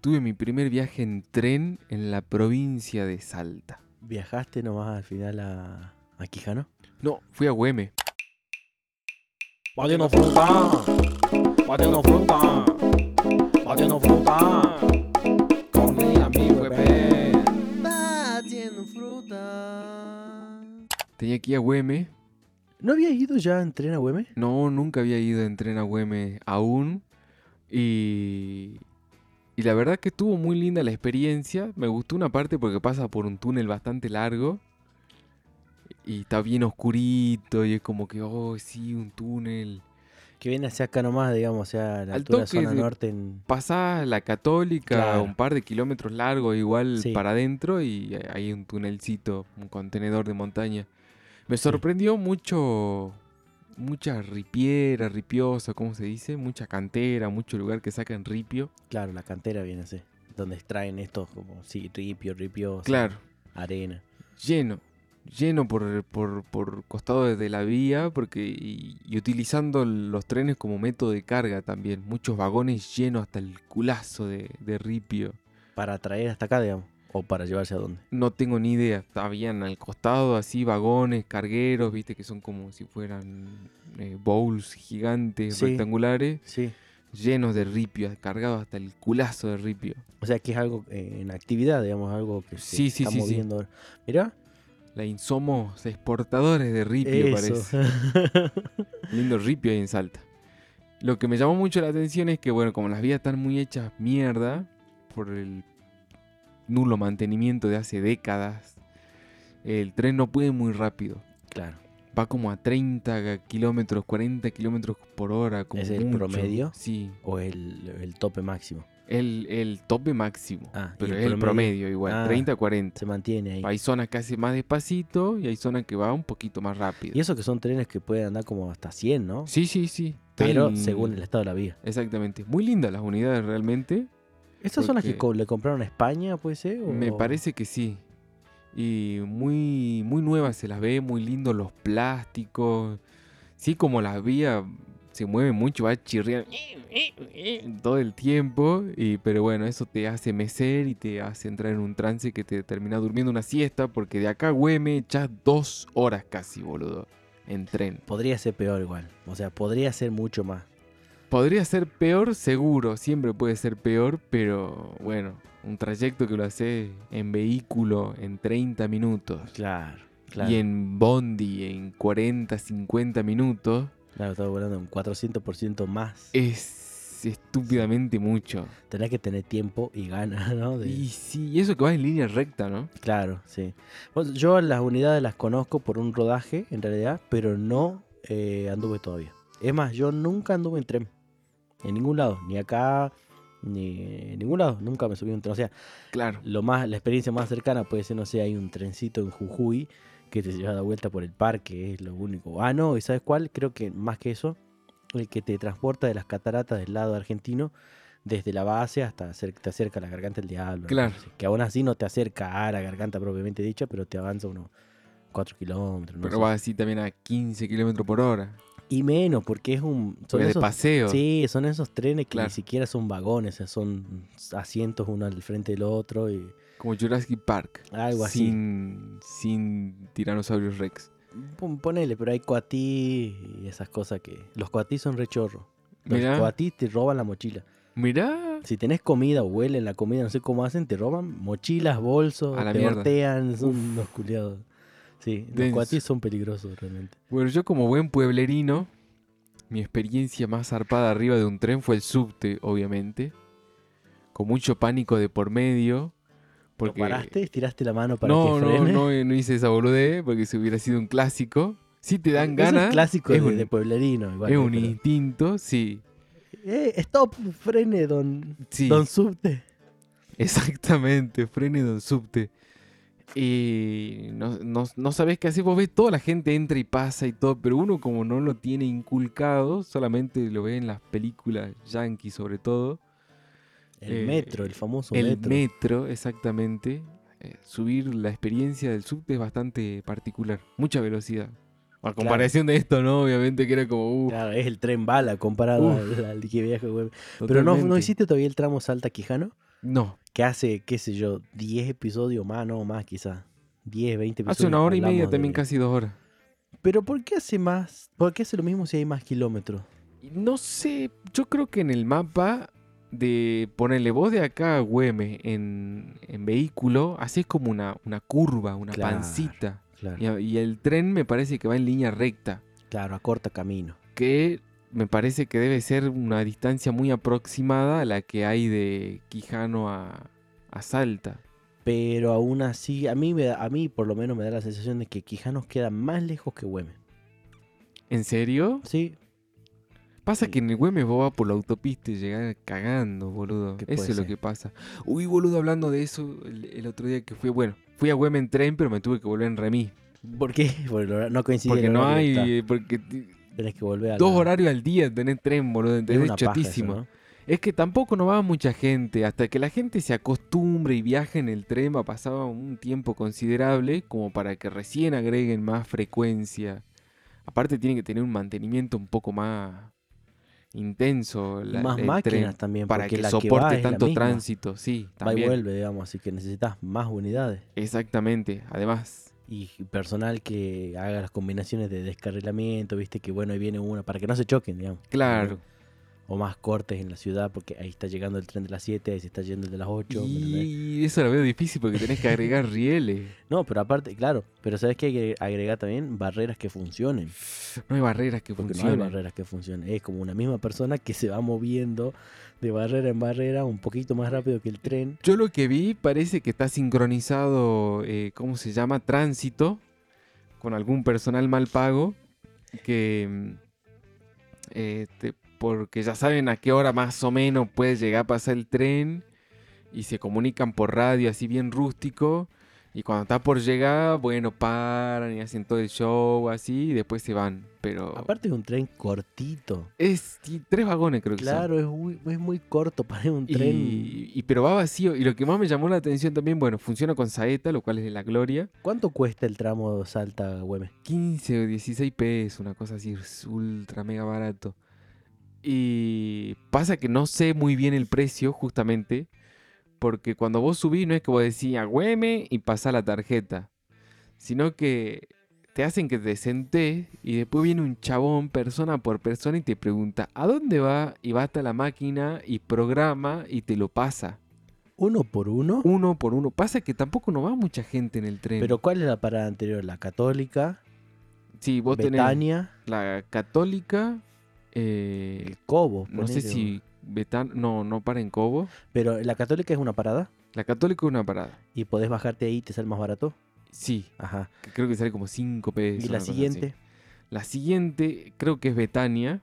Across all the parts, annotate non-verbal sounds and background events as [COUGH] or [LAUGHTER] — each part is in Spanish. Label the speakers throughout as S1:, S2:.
S1: tuve mi primer viaje en tren en la provincia de Salta.
S2: ¿Viajaste nomás al final a, a Quijano?
S1: No, fui a Güeme.
S2: Batiendo fruta, batiendo fruta, batiendo fruta, con mi amigo bebé. Batiendo fruta.
S1: Tenía que ir a Güeme.
S2: ¿No había ido ya en tren a Güemes?
S1: No, nunca había ido en tren a Güeme aún. Y... Y la verdad que estuvo muy linda la experiencia. Me gustó una parte porque pasa por un túnel bastante largo. Y está bien oscurito y es como que, oh, sí, un túnel.
S2: Que viene hacia acá nomás, digamos, o sea, la
S1: Al
S2: altura
S1: toque
S2: zona
S1: de-
S2: norte en...
S1: Pasás la Católica
S2: Claro.
S1: un par de kilómetros largos igual
S2: Sí.
S1: para adentro y eh, hay un tunelcito, un contenedor de montaña. Me sorprendió mucho, mucha ripiera, ripiosa, ¿cómo se dice? Mucha cantera, mucho lugar que sacan ripio.
S2: Claro, la cantera viene así. Donde extraen estos como, sí, ripio, ripio, o sea,
S1: Claro,
S2: arena.
S1: lleno, lleno por, por, por costado de la vía porque y, y utilizando los trenes como método de carga también. Muchos vagones llenos hasta el culazo de, de ripio.
S2: Para traer hasta acá, digamos. O para llevarse a dónde.
S1: No tengo ni idea. Habían al costado así vagones, cargueros, viste, que son como si fueran eh, bowls gigantes,
S2: Sí.
S1: rectangulares,
S2: Sí.
S1: llenos de ripio, cargados hasta el culazo de ripio.
S2: O sea, que es algo eh, en actividad, digamos, algo que se
S1: Sí, sí,
S2: está
S1: sí, sí.
S2: moviendo. ahora. Mirá,
S1: La in- somos exportadores de ripio,
S2: eso.
S1: parece.
S2: [LAUGHS]
S1: Lindo ripio ahí en Salta. Lo que me llamó mucho la atención es que, bueno, como las vías están muy hechas mierda por el nulo mantenimiento de hace décadas, el tren no puede muy rápido.
S2: claro.
S1: va como a 30 kilómetros, 40 kilómetros por hora. Como
S2: ¿Es el
S1: mucho.
S2: promedio?
S1: Sí,
S2: O el, el tope máximo.
S1: el, el tope máximo.
S2: Ah, ¿y
S1: pero
S2: el
S1: es el
S2: promedio?
S1: promedio igual,
S2: Ah.
S1: 30, 40.
S2: Se mantiene ahí.
S1: Hay zonas que hace más despacito y hay zonas que va un poquito más rápido.
S2: Y eso que son trenes que pueden andar como hasta 100, ¿no?
S1: Sí, sí, sí.
S2: Pero
S1: Tan-
S2: según el estado de la vía.
S1: Exactamente. Muy lindas las unidades realmente.
S2: ¿Estas son las que
S1: Porque-
S2: co- le compraron a España, puede ser? o-
S1: Me parece que sí. Y muy, muy nuevas se las ve, muy lindos los plásticos. Sí, como las vías se mueven mucho, va chirriando todo el tiempo. Y, pero bueno, eso te hace mecer y te hace entrar en un trance que te termina durmiendo una siesta. Porque de acá a Güeme echas dos horas casi, boludo, en tren.
S2: Podría ser peor igual. O sea, podría ser mucho más.
S1: Podría ser peor, seguro, siempre puede ser peor, pero bueno, un trayecto que lo haces en vehículo en 30 minutos.
S2: Claro, claro.
S1: Y en Bondi en 40, 50 minutos
S2: Claro, estaba volando un 400% más.
S1: Eh es estúpidamente mucho.
S2: Tenés que tener tiempo y ganas, ¿no? De-
S1: Y sí, y eso que va en línea recta, ¿no?
S2: Claro, sí. Bueno, yo las unidades las conozco por un rodaje, en realidad, pero no eh, anduve todavía. Es más, yo nunca anduve en tren. En ningún lado. Ni acá, ni en ningún lado. Nunca me subí a un tren. O sea,
S1: Claro.
S2: lo más, la experiencia más cercana puede ser, no sé, hay un trencito en Jujuy que te lleva de vuelta por el parque, es lo único. Ah, no, ¿y sabes cuál? Creo que más que eso, el que te transporta de las cataratas del lado argentino, desde la base hasta acer- te acerca a la garganta del diablo. ¿no?
S1: Claro.
S2: Sí, Que aún así no te acerca a la garganta propiamente dicha, pero te avanza unos 4 kilómetros. no
S1: Pero
S2: sé.
S1: va así también a 15 kilómetros por hora.
S2: Y menos, porque es un... Son
S1: Porque de
S2: esos-
S1: paseo.
S2: Sí, son esos trenes que
S1: Claro.
S2: ni siquiera son vagones, son asientos uno al frente del otro y
S1: Como Jurassic Park.
S2: algo así.
S1: sin, Sin Tiranosaurios Rex.
S2: Pon- Ponele, pero hay coatí y esas cosas que. Los coatí son rechorros. Los
S1: Mirá,
S2: coatí te roban la mochila.
S1: mirá.
S2: Si tenés comida o huelen la comida, no sé cómo hacen, te roban mochilas, bolsos,
S1: A la
S2: te
S1: mierda.
S2: voltean, son unos culiados. Sí, los
S1: Denso.
S2: coatí son peligrosos realmente.
S1: Bueno, yo como buen pueblerino, mi experiencia más zarpada arriba de un tren fue el subte, obviamente. Con mucho pánico de por medio. Porque...
S2: ¿Lo paraste? ¿Estiraste la mano para
S1: no,
S2: que
S1: no,
S2: frene?
S1: no, eh, no hice esa boludez porque si hubiera sido un clásico. Si te dan
S2: Eso
S1: ganas.
S2: Es clásico
S1: es
S2: de,
S1: un,
S2: de pueblerino. Igual,
S1: es
S2: ¿no?
S1: un
S2: Pero-
S1: instinto, sí.
S2: Eh, stop, frene, don,
S1: Sí,
S2: don subte.
S1: exactamente. Frene don subte. Y no, no, no sabés qué hacer. Vos ves, toda la gente entra y pasa y todo. Pero uno, como no lo tiene inculcado, solamente lo ve en las películas yankees, sobre todo.
S2: El
S1: Eh,
S2: metro, el famoso
S1: El
S2: metro.
S1: metro, exactamente. Eh, subir la experiencia del subte es bastante particular. Mucha velocidad. A comparación de esto, ¿no? Obviamente que era como. uh,
S2: Claro, es el tren bala comparado
S1: Uf.
S2: al, al que viaja, güey. Pero no, no
S1: totalmente.
S2: hiciste todavía el tramo Salta Quijano.
S1: No,
S2: que hace, qué sé yo, 10 episodios más, no más quizás. 10, 20 episodios.
S1: hace una hora y
S2: Pues, hablamos
S1: media
S2: de-
S1: también, casi dos horas.
S2: Pero ¿por qué hace más? ¿Por qué hace lo mismo si hay más kilómetros?
S1: No sé, yo creo que en el mapa de ponerle vos de acá a Güemes en, en vehículo, haces como una, una curva, una
S2: Claro.
S1: pancita.
S2: Claro,
S1: Y, a- y el tren me parece que va en línea recta,
S2: claro, acorta camino.
S1: que me parece que debe ser una distancia muy aproximada a la que hay de Quijano a, a Salta.
S2: Pero aún así, a mí, me da- a mí por lo menos me da la sensación de que Quijanos queda más lejos que Güemes.
S1: ¿En serio?
S2: Sí,
S1: Pasa
S2: Sí.
S1: que en el Güemes vos vas por la autopista y llegás cagando, boludo.
S2: ¿Qué
S1: Eso
S2: puede
S1: es lo
S2: ser?
S1: que pasa. Uy, boludo, hablando de eso, el, el otro día que fui, bueno, fui a Güemes en tren, pero me tuve que volver en remis.
S2: ¿por qué? [LAUGHS] Por el hora- no coincide
S1: Porque
S2: el
S1: no
S2: horario
S1: hay,
S2: que
S1: eh, porque ti-
S2: está. Tenés que volver a
S1: dos
S2: la-
S1: horarios al día tenés tren, boludo,
S2: Es
S1: entendés,
S2: una paja eso,
S1: chatísimo.
S2: ¿no?
S1: Es que tampoco no va mucha gente. Hasta que la gente se acostumbre y viaje en el tren va a pasar un tiempo considerable como para que recién agreguen más frecuencia. Aparte tiene que tener un mantenimiento un poco más intenso la-
S2: Más
S1: el
S2: máquinas
S1: tren
S2: también,
S1: para
S2: porque
S1: que
S2: la
S1: soporte
S2: que va es la
S1: tanto
S2: misma.
S1: tránsito. Sí,
S2: Va y
S1: también.
S2: vuelve, digamos, así que necesitas más unidades.
S1: Exactamente. Además,
S2: y personal que haga las combinaciones de descarrilamiento, viste que bueno, ahí viene una para que no se choquen, digamos.
S1: claro.
S2: O más cortes en la ciudad porque ahí está llegando el tren de las 7, ahí se está yendo el de las 8. ¿me entendés?
S1: Y eso lo veo difícil porque tenés que agregar rieles.
S2: No, pero aparte, claro, pero sabes que hay que agregar también barreras que funcionen,
S1: No hay barreras que
S2: porque
S1: funcionen.
S2: no hay barreras que funcionen, es como una misma persona que se va moviendo de barrera en barrera un poquito más rápido que el tren.
S1: Yo lo que vi parece que está sincronizado, eh, ¿cómo se llama? Tránsito, con algún personal mal pago, que mm, eh, te- porque ya saben a qué hora más o menos puede llegar a pasar el tren y se comunican por radio así bien rústico. Y cuando está por llegar, bueno, paran y hacen todo el show así y después se van. Pero
S2: Aparte es un tren cortito.
S1: es y tres vagones creo que son.
S2: Claro, es muy, es muy corto para un tren.
S1: Y, y- pero va vacío. Y lo que más me llamó la atención también, bueno, funciona con saeta, lo cual es de la gloria.
S2: ¿Cuánto cuesta el tramo Salta Güemes?
S1: 15 o 16 pesos, una cosa así, es ultra mega barato. Y pasa que no sé muy bien el precio, justamente, porque cuando vos subís no es que vos decís agüeme y pasa la tarjeta, sino que te hacen que te sentés y después viene un chabón persona por persona y te pregunta, ¿a dónde va? Y va hasta la máquina y programa y te lo pasa.
S2: ¿Uno por uno?
S1: uno por uno. Pasa que tampoco no va mucha gente en el tren.
S2: Pero ¿cuál es la parada anterior? La católica,
S1: sí, vos tenés
S2: Betania,
S1: la católica, eh,
S2: el Cobo.
S1: no sé
S2: ponele.
S1: si Betán, no, no para en Cobo.
S2: Pero la católica es una parada
S1: La católica es una parada.
S2: y podés bajarte ahí y te sale más barato.
S1: Sí,
S2: Ajá.
S1: que creo que sale como 5 pesos.
S2: y la
S1: una cosa
S2: siguiente,
S1: así. La siguiente creo que es Betania.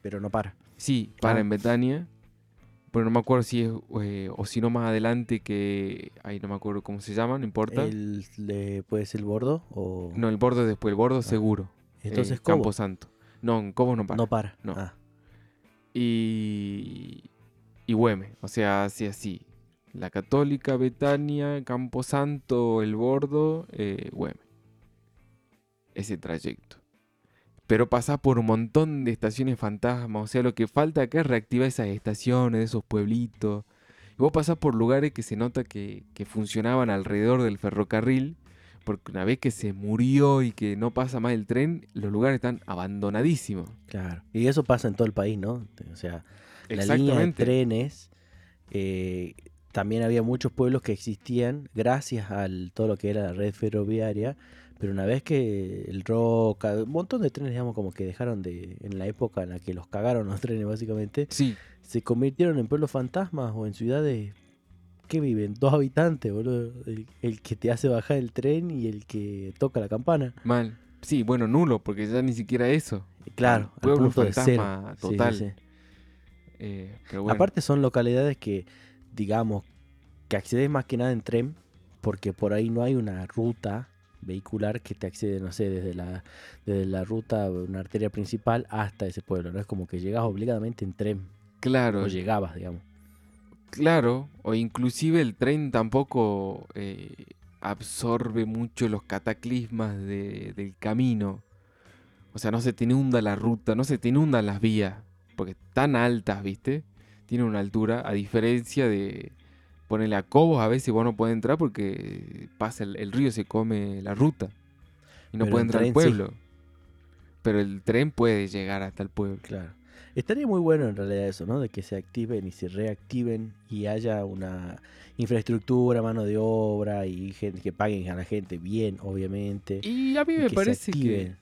S2: pero no para.
S1: Sí, para
S2: Ah.
S1: en Betania. Pero no me acuerdo si es, eh, o si no más adelante que... Ahí no me acuerdo cómo se llama, no importa.
S2: El, le- puede ser el bordo o...
S1: No, el bordo después, el bordo seguro.
S2: Ah. Entonces
S1: eh,
S2: Cobo
S1: Camposanto. No, en Cobo no para.
S2: no para.
S1: No.
S2: Ah,
S1: y, y Güemes. O sea, así, así. La Católica, Betania, Camposanto, El Bordo, eh, Güemes. Ese trayecto. Pero pasa por un montón de estaciones fantasma. O sea, lo que falta acá es reactivar esas estaciones, esos pueblitos. Y vos pasás por lugares que se nota que, que funcionaban alrededor del ferrocarril. Porque una vez que se murió y que no pasa más el tren, los lugares están abandonadísimos.
S2: claro. Y eso pasa en todo el país, ¿no? O sea, la línea de trenes... eh, también había muchos pueblos que existían gracias al todo lo que era la red ferroviaria, pero una vez que el Roca, un montón de trenes, digamos, como que dejaron de, en la época en la que los cagaron los trenes básicamente,
S1: Sí,
S2: se convirtieron en pueblos fantasmas o en ciudades que viven dos habitantes, boludo. El, el que te hace bajar el tren y el que toca la campana.
S1: Mal. Sí, bueno, nulo, porque ya ni siquiera eso.
S2: Y Claro, al
S1: Eh, Pueblo
S2: punto de cero.
S1: fantasma
S2: Sí, sí,
S1: total.
S2: sí.
S1: Eh, pero bueno,
S2: Aparte son localidades que, digamos, que accedes más que nada en tren, porque por ahí no hay una ruta vehicular que te accede, no sé, desde la, desde la ruta, una arteria principal hasta ese pueblo, ¿no? Es como que llegas obligadamente en tren,
S1: claro,
S2: o llegabas, digamos.
S1: claro, o inclusive el tren tampoco eh, absorbe mucho los cataclismas de- del camino. O sea, no se te inunda la ruta, no se te inundan las vías, porque están altas, ¿viste? Tienen una altura, a diferencia de, Ponele a Cobos a veces vos no podés entrar porque pasa el, el río, se come la ruta. Y no
S2: Pero
S1: puede
S2: el
S1: entrar al
S2: tren sí.
S1: pueblo. Pero el tren puede llegar hasta el pueblo.
S2: Claro. Estaría muy bueno en realidad eso, ¿no? De que se activen y se reactiven y haya una infraestructura, mano de obra y gente que paguen a la gente bien, obviamente.
S1: Y a mí
S2: y
S1: me
S2: que se
S1: parece que
S2: activen.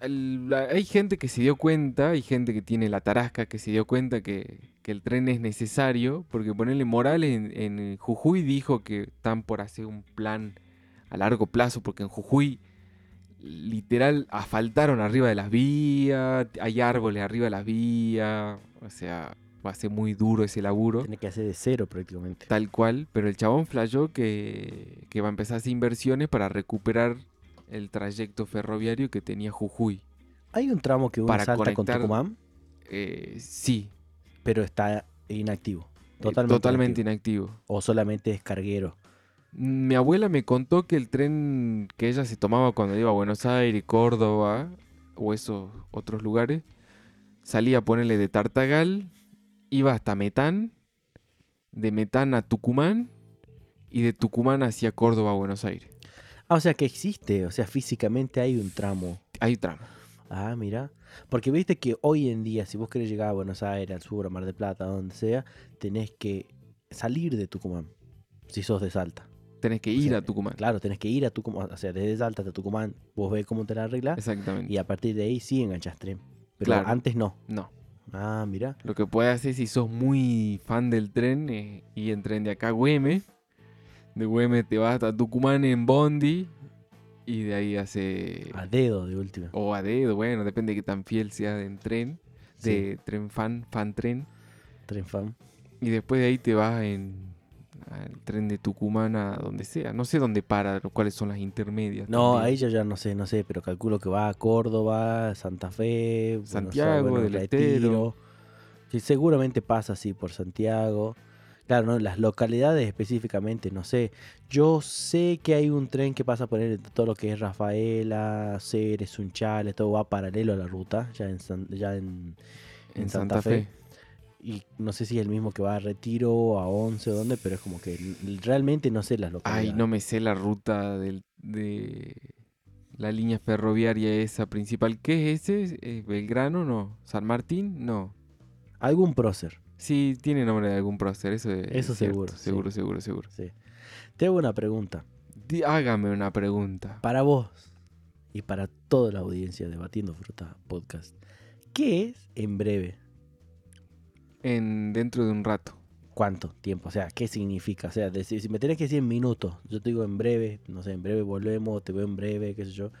S1: el- la- hay gente que se dio cuenta, hay gente que tiene la tarasca que se dio cuenta que, que el tren es necesario, porque ponele Morales en, en Jujuy dijo que están por hacer un plan a largo plazo, porque en Jujuy literal asfaltaron arriba de las vías, hay árboles arriba de las vías, o sea, va a ser muy duro ese laburo.
S2: Tiene que hacer de cero prácticamente.
S1: Tal cual, pero el chabón flayó que, que va a empezar a hacer inversiones para recuperar el trayecto ferroviario que tenía Jujuy.
S2: Hay un tramo que uno
S1: Para
S2: salta con
S1: conectar-
S2: Tucumán,
S1: Eh, sí,
S2: pero está inactivo.
S1: eh,
S2: Totalmente.
S1: totalmente
S2: inactivo.
S1: inactivo.
S2: O solamente es carguero.
S1: Mi abuela me contó que el tren que ella se tomaba cuando iba a Buenos Aires, Córdoba o esos otros lugares, salía a ponerle de Tartagal, iba hasta Metán, de Metán a Tucumán y de Tucumán hacia Córdoba, Buenos Aires.
S2: Ah, o sea que existe, o sea, físicamente hay un tramo.
S1: Hay tramo.
S2: Ah, mira. Porque viste que hoy en día, si vos querés llegar a Buenos Aires, al sur, a Mar del Plata, a donde sea, tenés que salir de Tucumán. Si sos de Salta.
S1: Tenés que
S2: O
S1: ir
S2: sea,
S1: a Tucumán.
S2: Claro, tenés que ir a Tucumán. O sea, desde Salta hasta Tucumán, vos ves cómo te la arreglas.
S1: Exactamente.
S2: Y a partir de ahí sí enganchás tren. Pero
S1: Claro.
S2: antes no.
S1: No.
S2: Ah, mira.
S1: Lo que puedes hacer si sos muy fan del tren eh, y en tren de acá a Güemes. De Güemes te vas hasta Tucumán en Bondi. Y de ahí hace.
S2: A dedo de última.
S1: O a dedo, bueno, depende de qué tan fiel seas en tren. De tren fan, fan tren.
S2: Sí, tren fan.
S1: Y después de ahí te vas en. Al tren de Tucumán a donde sea. No sé dónde para, lo- cuáles son las intermedias.
S2: No,
S1: también.
S2: ahí yo ya no sé, no sé, pero calculo que va a Córdoba, Santa Fe, Buenos
S1: Santiago,
S2: Aires,
S1: del Estero.
S2: Retiro. Sí, seguramente pasa así por Santiago. Claro, ¿no? las localidades específicamente, no sé. Yo sé que hay un tren que pasa por el- todo lo que es Rafaela, Ceres, Unchales, todo va paralelo a la ruta, ya en, San- ya en
S1: En,
S2: en
S1: Santa,
S2: Santa
S1: Fe.
S2: Fe. y no sé si es el mismo que va a Retiro, a Once o dónde, pero es como que l- realmente no sé las localidades.
S1: Ay, no me sé la ruta del, de la línea ferroviaria esa principal. ¿Qué es ese? ¿Es ¿Belgrano? No. ¿San Martín? No.
S2: Algún prócer.
S1: Sí, tiene nombre de algún prócer, eso es cierto,
S2: Eso seguro, sí.
S1: Seguro, seguro, seguro.
S2: Sí. Te hago una pregunta.
S1: Di- hágame una pregunta.
S2: Para vos y para toda la audiencia de Batiendo Fruta Podcast, ¿qué es en breve?
S1: En, dentro de un rato.
S2: ¿Cuánto tiempo? O sea, ¿qué significa? O sea, de- si si me tenés que decir en minutos, yo te digo en breve, no sé, en breve volvemos, te veo en breve, qué sé yo.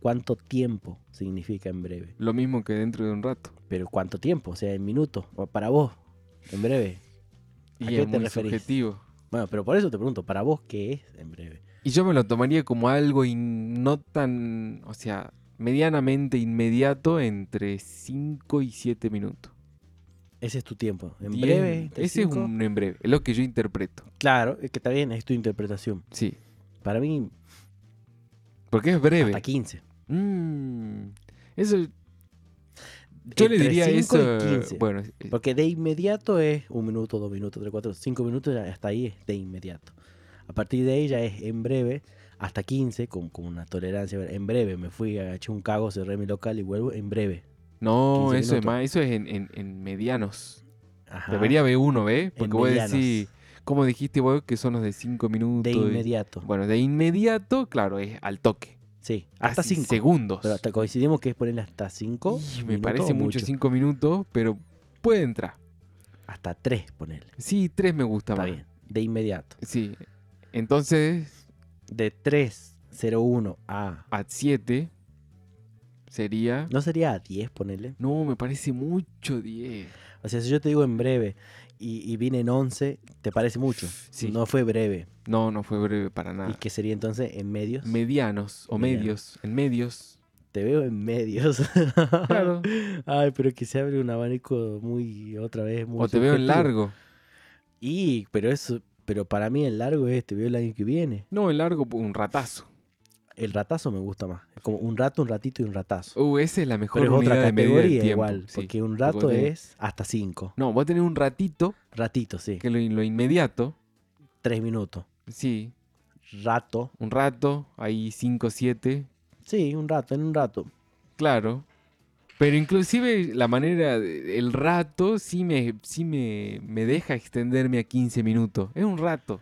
S2: ¿Cuánto tiempo significa en breve?
S1: Lo mismo que dentro de un rato.
S2: Pero ¿cuánto tiempo? O sea, en minutos. O Para vos, en breve. ¿A
S1: Y
S2: qué
S1: es
S2: te
S1: muy
S2: referís?
S1: subjetivo.
S2: Bueno, pero por eso te pregunto, ¿para vos qué es en breve?
S1: Y yo me lo tomaría como algo y no tan, o sea, medianamente inmediato entre 5 y 7 minutos.
S2: Ese es tu tiempo. En
S1: Diez-
S2: breve. entre
S1: Ese es
S2: cinco.
S1: un en breve, es lo que yo interpreto.
S2: Claro, es que está bien, es tu interpretación.
S1: Sí,
S2: Para mí,
S1: porque es breve.
S2: hasta 15.
S1: Mm, eso yo le
S2: Entre
S1: diría
S2: cinco y
S1: eso.
S2: 15.
S1: Bueno, eh,
S2: Porque de inmediato es un minuto, dos minutos, tres, cuatro, cinco minutos, ya hasta ahí es de inmediato. A partir de ahí ya es en breve, hasta 15, con, con una tolerancia. En breve, me fui, agaché un cago, cerré mi local y vuelvo en breve.
S1: no,
S2: 15
S1: eso es
S2: minutos.
S1: más, eso es en, en- en medianos.
S2: Ajá,
S1: Debería haber uno, ¿ves?
S2: en
S1: Porque vos
S2: medianos,
S1: decís, como dijiste vos, que son los de 5 minutos.
S2: De
S1: y-
S2: inmediato.
S1: Bueno, de inmediato, claro, es al toque.
S2: Sí, hasta
S1: Así,
S2: 5.
S1: Segundos.
S2: Pero hasta coincidimos que es ponerle hasta 5.
S1: Y me parece mucho 5 minutos, pero puede entrar.
S2: Hasta 3, ponerle.
S1: Sí, 3 me gusta
S2: Está
S1: más.
S2: bien, de inmediato.
S1: Sí. Entonces,
S2: De 3.01 a.
S1: a 7 sería.
S2: ¿No sería a 10, ponerle?
S1: No, me parece mucho 10.
S2: O sea, si yo te digo en breve y, y vine en 11, ¿te parece mucho?
S1: Sí.
S2: No fue breve.
S1: No, no fue breve para nada.
S2: ¿Y qué sería entonces en medios?
S1: Medianos o
S2: Mediano.
S1: medios, en
S2: [LAUGHS]
S1: medios.
S2: te veo en medios.
S1: [LAUGHS] Claro.
S2: Ay, pero que se abre un abanico muy, otra vez, muy
S1: o te veo en
S2: subjetivo.
S1: largo.
S2: Y, pero eso, pero para mí el largo es, te veo el año que viene.
S1: No, en largo, un ratazo.
S2: El ratazo me gusta más. Como un rato, un ratito y un ratazo.
S1: Uh, esa es la mejor
S2: pero es
S1: unidad
S2: otra
S1: de medida del
S2: categoría
S1: tiempo,
S2: igual,
S1: sí.
S2: porque un
S1: porque
S2: rato
S1: tiene-
S2: es hasta 5.
S1: No, vos tenés un ratito,
S2: Ratito, sí.
S1: que lo, lo inmediato,
S2: tres minutos.
S1: Sí,
S2: Rato.
S1: un rato, ahí 5, 7,
S2: Sí, un rato, en un rato.
S1: claro. Pero inclusive la manera, de- el rato sí me, sí me, me deja extenderme a 15 minutos. Es un rato.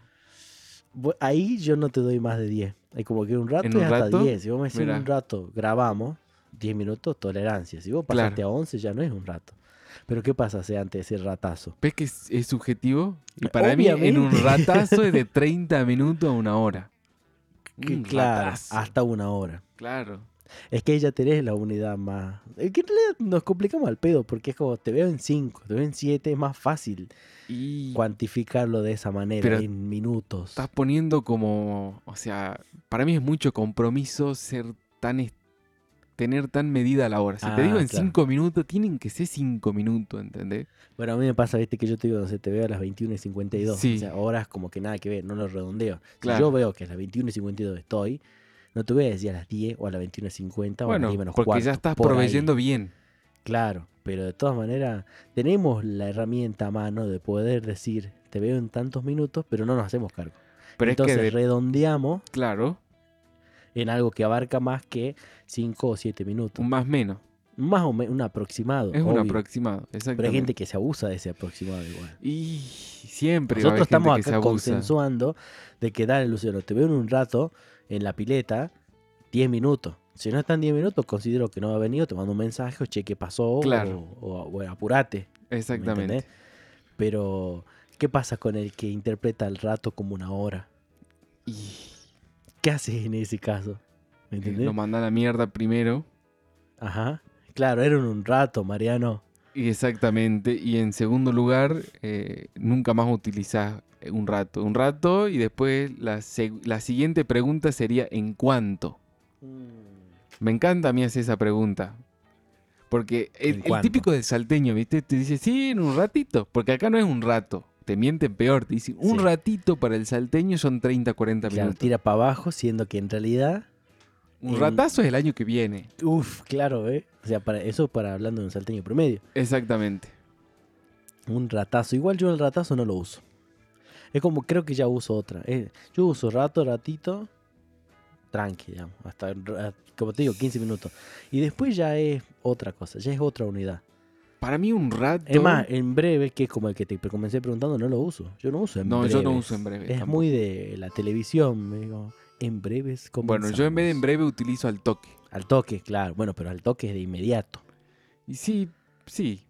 S2: Bu- Ahí yo no te doy más de 10. Hay como que un rato
S1: ¿En
S2: es
S1: un
S2: hasta
S1: rato?
S2: 10. Si vos me decís
S1: Mirá.
S2: un rato, grabamos, 10 minutos, tolerancia. Si vos
S1: Claro.
S2: pasaste a 11, ya no es un rato. Pero ¿qué pasa si antes de ese ratazo?
S1: ¿Ves que es, es subjetivo? Y para mí en un
S2: Obviamente.
S1: ratazo
S2: [LAUGHS]
S1: es de 30 minutos a una hora.
S2: Que
S1: Un
S2: claro, ah.
S1: ratazo,
S2: hasta una hora.
S1: claro.
S2: Es que ahí ya tenés la unidad más. Es que en realidad nos complicamos al pedo, porque es como te veo en 5, te veo en 7, es más fácil
S1: Y
S2: cuantificarlo de esa manera,
S1: Pero
S2: en minutos.
S1: estás poniendo como, o sea, para mí es mucho compromiso ser tan es- tener tan medida la hora. Si te
S2: Ah,
S1: digo en
S2: claro.
S1: 5 minutos, tienen que ser 5 minutos, ¿entendés?
S2: Bueno, a mí me pasa, viste, que yo te digo, no sé, te veo a las 21 y 52.
S1: Sí.
S2: O sea, horas como que nada que ver, no lo redondeo.
S1: Claro.
S2: Si yo veo que a las 21 y 52 estoy, no te voy a decir a las 10 o a las 21 y 50 o a las
S1: Bueno,
S2: 10 menos
S1: porque
S2: cuarto,
S1: ya estás
S2: por ahí.
S1: proveyendo bien.
S2: Claro, pero de todas maneras, tenemos la herramienta a mano de poder decir, te veo en tantos minutos, pero no nos hacemos cargo.
S1: Pero
S2: Entonces
S1: es que, de-
S2: redondeamos
S1: claro,
S2: en algo que abarca más que 5 o 7 minutos.
S1: un más menos.
S2: Más o menos un aproximado.
S1: Mm. Es un
S2: obvio.
S1: aproximado,
S2: Pero hay
S1: exactamente.
S2: gente que se abusa de ese aproximado igual.
S1: Y siempre va a
S2: Nosotros
S1: haber gente
S2: estamos
S1: que se
S2: acá
S1: abusa.
S2: consensuando de que dale, Luciano, te veo en un rato en la pileta, 10 minutos. Si no están 10 minutos, considero que no ha venido, te mando un mensaje, o che, ¿qué pasó?
S1: Claro.
S2: O, o- o apurate. ¿me
S1: Exactamente.
S2: entendés? Pero, ¿qué pasa con el que interpreta el rato como una hora?
S1: Y
S2: ¿Qué haces en ese caso? ¿Me
S1: eh,
S2: entendés?
S1: lo manda a la mierda primero.
S2: Ajá. Claro, era un rato, Mariano.
S1: Y Exactamente. Y en segundo lugar, eh, nunca más utilizás eh, un rato. Un rato y después la, seg- la siguiente pregunta sería ¿en cuánto? Mm. Me encanta a mí hacer esa pregunta. Porque
S2: ¿En
S1: el, el
S2: cuánto?
S1: típico del salteño, ¿viste? Te dice, sí, en un ratito. Porque acá no es un rato. Te mienten peor. Te dicen, un
S2: Sí.
S1: ratito para el salteño son 30, 40
S2: Claro,
S1: minutos.
S2: tira para abajo, siendo que en realidad
S1: un
S2: en-
S1: ratazo es el año que viene.
S2: Uf, claro, ¿eh? O sea, para, eso para hablando de un salteño promedio.
S1: Exactamente.
S2: Un ratazo. Igual yo el ratazo no lo uso. Es como, creo que ya uso otra. Eh, yo uso rato, ratito, tranqui, digamos. Hasta, el ra- como te digo, 15 minutos. Y después ya es otra cosa, ya es otra unidad.
S1: Para mí un rato...
S2: Es más, en breve, que es como el que te comencé preguntando, no lo uso. Yo no uso en
S1: No,
S2: breve.
S1: yo no uso en breves
S2: Es
S1: tampoco.
S2: muy de la televisión, me digo, en breves
S1: bueno, yo en vez de en
S2: comenzamos.
S1: breve utilizo al toque.
S2: Al toque, claro. Bueno, pero al toque es de inmediato.
S1: Y sí, sí,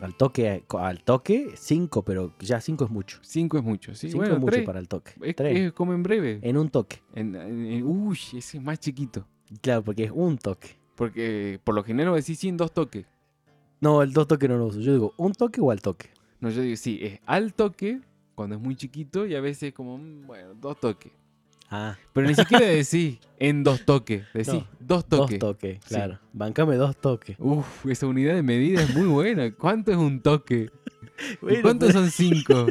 S2: Al toque, al toque, 5, pero ya 5 es mucho.
S1: cinco es mucho. Sí,
S2: 5
S1: bueno,
S2: es mucho
S1: tres.
S2: para el toque.
S1: Es,
S2: Tres,
S1: es como en breve.
S2: En un toque.
S1: En- en- uy, ese es más chiquito.
S2: Claro, porque es un toque.
S1: Porque por lo general decís sí en dos toques.
S2: No, el dos toques no lo uso. Yo digo, un toque o al toque.
S1: No, yo digo sí, es al toque cuando es muy chiquito y a veces como, mm, bueno, dos toques.
S2: Ah,
S1: Pero ni siquiera decís en dos toques. Decís
S2: No,
S1: dos
S2: dos
S1: toques.
S2: toques,
S1: Sí.
S2: claro. Bancame dos toques.
S1: Uf, esa unidad de medida es muy buena. ¿Cuánto es un toque? ¿Y
S2: pues.
S1: cuántos son cinco?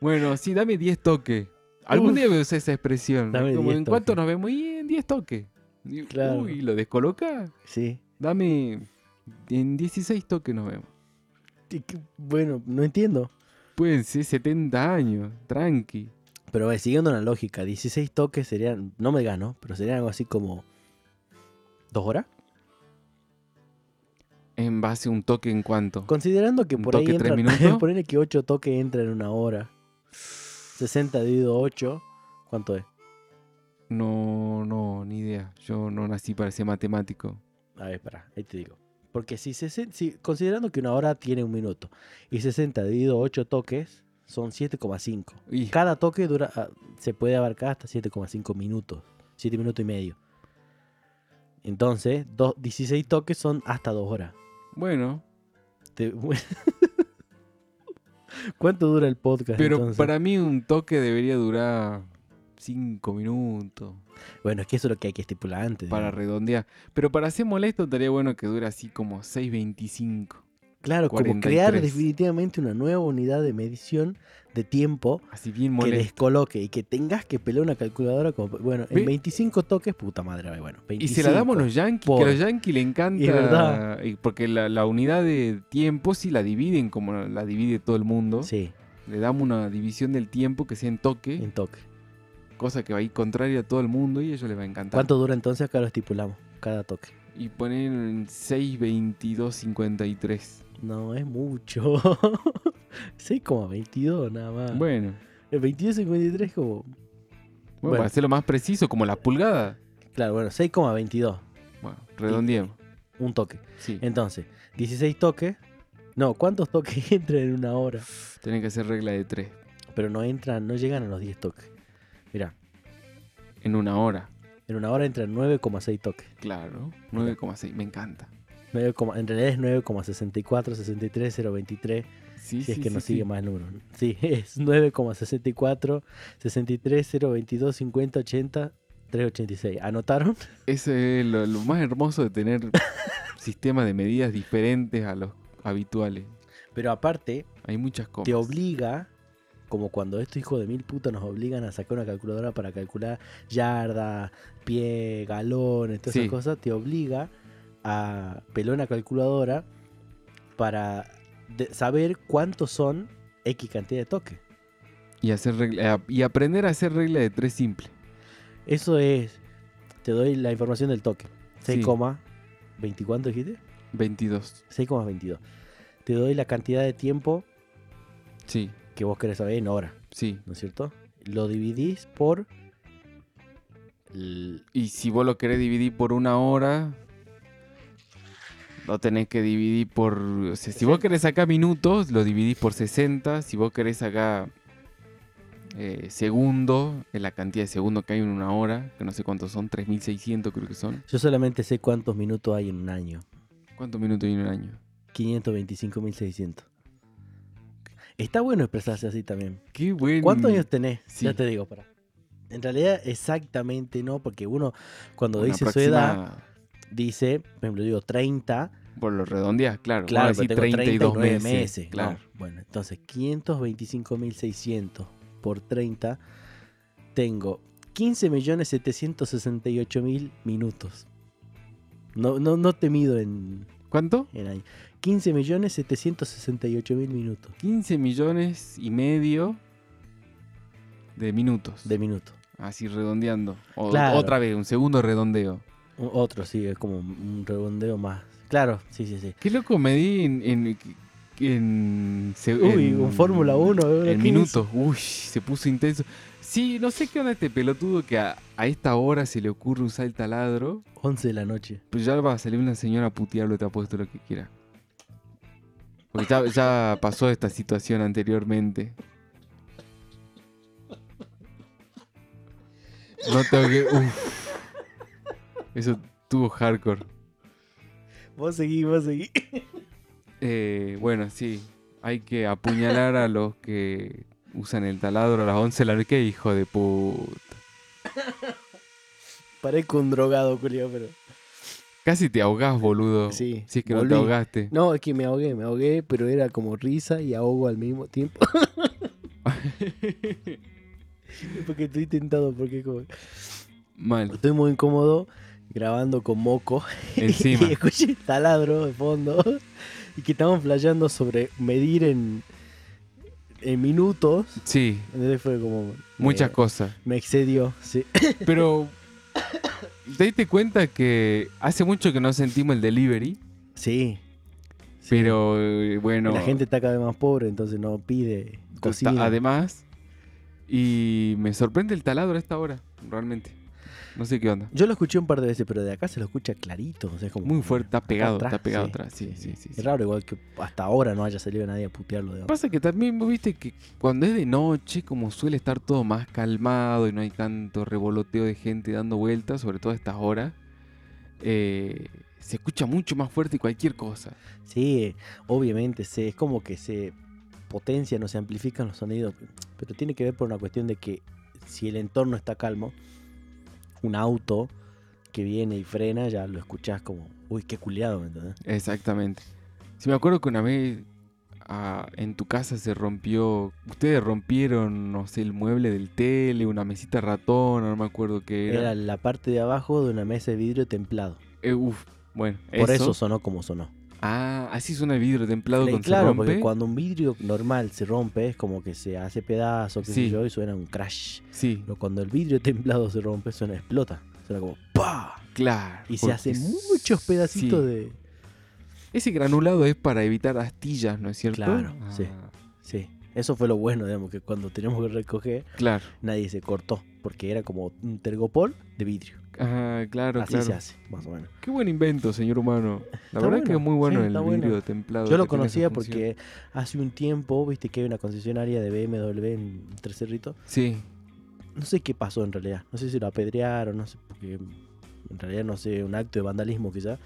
S1: bueno, sí, dame 10 toques. Algún
S2: Uf.
S1: día voy a usar esa expresión.
S2: Dame
S1: Es como,
S2: 10
S1: ¿En cuánto
S2: toques.
S1: nos vemos? Y en 10 toques. Y,
S2: Claro.
S1: Uy, lo descoloca.
S2: Sí.
S1: Dame. En 16 toques nos vemos.
S2: Y que- Bueno, no entiendo.
S1: Pueden ser 70 años, tranqui.
S2: Pero eh, siguiendo la lógica, 16 toques serían, no me digas, ¿no? Pero serían algo así como... ¿Dos horas?
S1: En base a un toque en cuánto.
S2: Considerando que
S1: ¿Un
S2: por ahí
S1: toque, tres
S2: entran... [LAUGHS]
S1: minutos?
S2: Ponerle que 8 toques entran en una hora. 60 dividido 8, ¿cuánto es?
S1: No, no, ni idea. Yo no nací para ser matemático.
S2: A ver, pará, ahí te digo. Porque si, sesen- si considerando que una hora tiene un minuto y 60 dividido 8 toques son 7,5.
S1: Y
S2: Cada toque dura, ah, se puede abarcar hasta 7,5 minutos, 7 minutos y medio. Entonces, do- 16 toques son hasta 2 horas.
S1: bueno,
S2: [LAUGHS] Te- ¿Cuánto dura el podcast?
S1: pero
S2: entonces?
S1: para mí un toque debería durar 5 minutos.
S2: Bueno, es que eso es lo que hay que estipular antes.
S1: para
S2: digamos.
S1: redondear. Pero para ser molesto estaría bueno que dure así como 6.25.
S2: claro, como crear
S1: 43.
S2: definitivamente una nueva unidad de medición de tiempo
S1: Así bien
S2: que
S1: molesto.
S2: descoloque y que tengas que pelear una calculadora como, bueno,
S1: Ve-
S2: en 25 toques, puta madre, ay, bueno,
S1: Y se la damos a
S2: 25.
S1: los yankees, que
S2: por-
S1: a los yankees le
S2: Y es
S1: encanta. eh,
S2: verdad.
S1: y Porque la, la unidad de tiempo sí la dividen como la divide todo el mundo.
S2: Sí,
S1: Le damos una división del tiempo que sea en toque,
S2: en toque.
S1: cosa que va a ir contraria a todo el mundo y a ellos les va a encantar.
S2: ¿Cuánto dura entonces? Acá lo estipulamos, cada toque.
S1: Y ponen 6.22.53.
S2: No, es mucho. [LAUGHS] 6,22 nada más.
S1: Bueno,
S2: El 22,53 es como...
S1: bueno,
S2: Bueno.
S1: para hacerlo más preciso, como la pulgada.
S2: Claro, bueno, 6,22.
S1: Bueno, redondeamos.
S2: Un toque.
S1: Sí,
S2: Entonces, 16 toques. No, ¿cuántos toques [LAUGHS] entran en una hora?
S1: tiene que ser regla de tres
S2: Pero no entran, no llegan a los 10 toques. Mirá,
S1: en una hora.
S2: en una hora entran 9,6 toques.
S1: Claro, 9,6, me encanta.
S2: 9, coma- en realidad es 9,64, 63, 023.
S1: Sí,
S2: Si es
S1: sí,
S2: que
S1: sí,
S2: nos
S1: sí.
S2: sigue más el número. Sí, [LAUGHS] es 9,64, 63, 022, 50, 80, 386. ¿Anotaron?
S1: Eso es lo, lo más hermoso de tener [LAUGHS] sistemas de medidas diferentes a los habituales.
S2: Pero aparte,
S1: Hay muchas cosas.
S2: te obliga, como cuando estos hijos de mil putas nos obligan a sacar una calculadora para calcular yarda, pie, galones, todas
S1: Sí.
S2: esas cosas, te obliga a pelar una calculadora para de- saber cuántos son X cantidad de toques.
S1: Y, hacer regla- eh, y aprender a hacer regla de tres simple.
S2: Eso es, te doy la información del toque.
S1: Sí.
S2: 6,20 ¿cuánto dijiste?
S1: 22.
S2: 6,22. Te doy la cantidad de tiempo
S1: Sí,
S2: que vos querés saber en horas,
S1: sí.
S2: ¿no es cierto? Lo dividís por
S1: L- Y si vos lo querés dividir por una hora, lo tenés que dividir por... o sea, si vos querés sacar minutos, lo dividís por 60. Si vos querés sacar eh, segundos, en la cantidad de segundos que hay en una hora, que no sé cuántos son, 3.600 creo que son.
S2: Yo solamente sé cuántos minutos hay en un año.
S1: ¿Cuántos minutos hay en un año?
S2: 525.600. Está bueno expresarse así también.
S1: Qué bueno.
S2: ¿Cuántos años tenés?
S1: sí.
S2: Ya te digo, para. En realidad, exactamente no, porque uno cuando dice su edad, dice, por ejemplo, digo 30,
S1: Por lo redondeas, claro.
S2: claro,
S1: Vamos a
S2: pero
S1: decir
S2: tengo 32 meses. ¿no?
S1: Claro.
S2: Bueno, entonces 525.600 por 30, tengo 15.768.000 minutos. No, no, no te mido en,
S1: ¿Cuánto?
S2: en año. 15.768.000 minutos.
S1: 15 millones y medio de minutos.
S2: De minutos.
S1: Así redondeando. O-
S2: Claro.
S1: Otra vez, un segundo redondeo.
S2: O- Otro, sí, es como un redondeo más. Claro, sí, sí, sí.
S1: Qué loco me di en. en, en- se-
S2: Uy,
S1: en-
S2: un Fórmula 1. ¿eh?
S1: En
S2: ¿Qué
S1: minutos. Uy, se puso intenso. Sí, no sé qué onda este pelotudo que a, a esta hora se le ocurre usar el taladro.
S2: hizo? 11 de la noche.
S1: Pues ya va a salir una señora a putearlo, te apuesto lo que quiera. Porque ya, ya pasó esta situación anteriormente. No tengo que. Uf. Eso tuvo hardcore.
S2: Vos seguís, vos [LAUGHS] seguís.
S1: Eh, bueno, sí. Hay que apuñalar a los que usan el taladro a las 11 de la noche. Qué hijo de puta.
S2: Parezco un drogado, Julio, pero.
S1: Casi te ahogás, boludo.
S2: Sí,
S1: Si es que no
S2: volví.
S1: te ahogaste.
S2: No, es que me ahogué, me ahogué, pero era como risa y ahogo al
S1: [LAUGHS]
S2: mismo tiempo. porque estoy tentado, porque como- [LAUGHS]
S1: Mal.
S2: estoy muy incómodo grabando con moco. [LAUGHS]
S1: Encima.
S2: y escuché taladro de fondo. Y que estamos flayando sobre medir en, en minutos.
S1: Sí,
S2: Entonces fue como.
S1: muchas
S2: eh,
S1: cosas.
S2: Me excedió, sí. [COUGHS]
S1: Pero te diste cuenta que hace mucho que no sentimos el delivery,
S2: sí. sí.
S1: pero eh, bueno,
S2: La gente está cada vez más pobre, entonces no pide
S1: costa-
S2: cocina.
S1: además y me sorprende el taladro a esta hora, realmente. No sé qué onda.
S2: Yo lo escuché un par de veces, pero de acá se lo escucha clarito. O sea, es como,
S1: Muy fuerte, está pegado,
S2: atrás,
S1: está pegado
S2: sí,
S1: atrás. Sí, sí, sí. sí.
S2: Es raro igual que hasta ahora no haya salido nadie a putearlo de abajo.
S1: Pasa que también vos viste que cuando es de noche, como suele estar todo más calmado y no hay tanto revoloteo de gente dando vueltas, sobre todo a estas horas, eh, se escucha mucho más fuerte cualquier cosa.
S2: Sí, obviamente, se, es como que se potencian o se amplifican los sonidos, pero tiene que ver por una cuestión de que si el entorno está calmo, un auto que viene y frena ya lo escuchás como, uy, qué culiado, ¿me entendés?
S1: Exactamente. Si me acuerdo que una vez ah, en tu casa se rompió. Ustedes rompieron, no sé, el mueble del tele, una mesita ratona, no me acuerdo qué era.
S2: Era la parte de abajo de una mesa de vidrio templado.
S1: Eh, uf, bueno,
S2: Por eso sonó como sonó.
S1: Ah, así suena el vidrio templado
S2: Y
S1: cuando
S2: claro,
S1: se
S2: porque
S1: rompe.
S2: cuando un vidrio normal se rompe, es como que se hace pedazo, qué
S1: Sí.
S2: sé yo, y suena un crash.
S1: Sí,
S2: Pero cuando el vidrio [LAUGHS] templado se rompe, suena explota. Suena como ¡pa!
S1: claro.
S2: Y se
S1: porque
S2: hacen
S1: s-
S2: muchos pedacitos
S1: sí.
S2: de.
S1: Ese granulado es para evitar astillas, ¿no es cierto?
S2: Claro, sí.
S1: Ah,
S2: Sí. Eso fue lo bueno, digamos, que cuando teníamos que recoger,
S1: Claro,
S2: nadie se cortó, porque era como un tergopol de vidrio.
S1: Ah, claro,
S2: Así
S1: claro.
S2: se hace, más o menos.
S1: Qué buen invento, señor humano. La
S2: Está
S1: verdad que es
S2: bueno,
S1: muy bueno
S2: sí,
S1: el
S2: está bueno.
S1: vidrio templado.
S2: Yo
S1: que tiene
S2: lo
S1: esa
S2: conocía
S1: función.
S2: porque hace un tiempo, viste que hay una concesionaria de BMW en Tercerrito.
S1: Sí,
S2: No sé qué pasó en realidad. No sé si lo apedrearon, no sé, porque en realidad no sé, un acto de vandalismo quizá.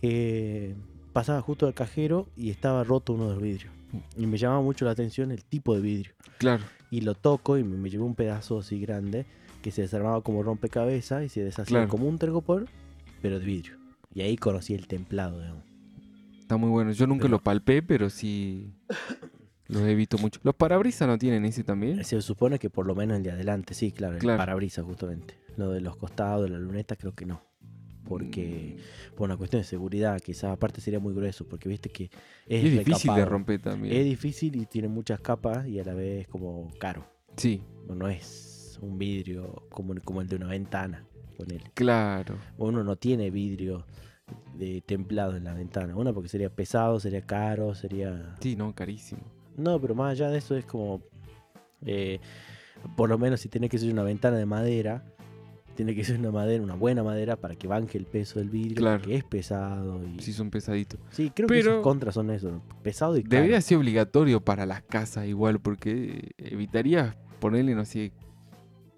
S2: Eh, pasaba justo al cajero y estaba roto uno de los vidrios. Y me llamaba mucho la atención el tipo de vidrio.
S1: claro.
S2: Y lo toco y me, me llevó un pedazo así grande que se desarmaba como rompecabezas y se deshacía
S1: Claro.
S2: como un tergopor, pero de vidrio. Y ahí conocí el templado, digamos.
S1: Está muy bueno. Yo nunca
S2: Pero-
S1: lo palpé, pero sí los he visto mucho. ¿Los parabrisas no tienen ese también?
S2: Se supone que por lo menos el de adelante, sí, claro, el
S1: Claro.
S2: parabrisas justamente. Lo de los costados, las lunetas, creo que no. Porque,
S1: Mm.
S2: por una cuestión de seguridad, quizás aparte sería muy grueso, porque viste que es,
S1: Es, difícil de
S2: recapado.
S1: romper también.
S2: este, Es difícil y tiene muchas capas y a la vez como caro.
S1: Sí,
S2: No, no es un vidrio como, el- como el de una ventana, ponele.
S1: claro.
S2: Uno no tiene vidrio de templado en la ventana. Uno porque sería pesado, sería caro, sería...
S1: Sí, no, carísimo.
S2: No, pero más allá de eso es como. eh, por lo menos si tiene que ser una ventana de madera, tiene que ser una madera, una buena madera para que banque el peso del vidrio,
S1: Claro.
S2: que es pesado. Y,
S1: Sí,
S2: sí,
S1: son pesaditos.
S2: creo que
S1: pero-
S2: esos contras son eso, ¿no? pesado y caro.
S1: Debería ser obligatorio para las casas igual, porque evitarías ponerle, no sé,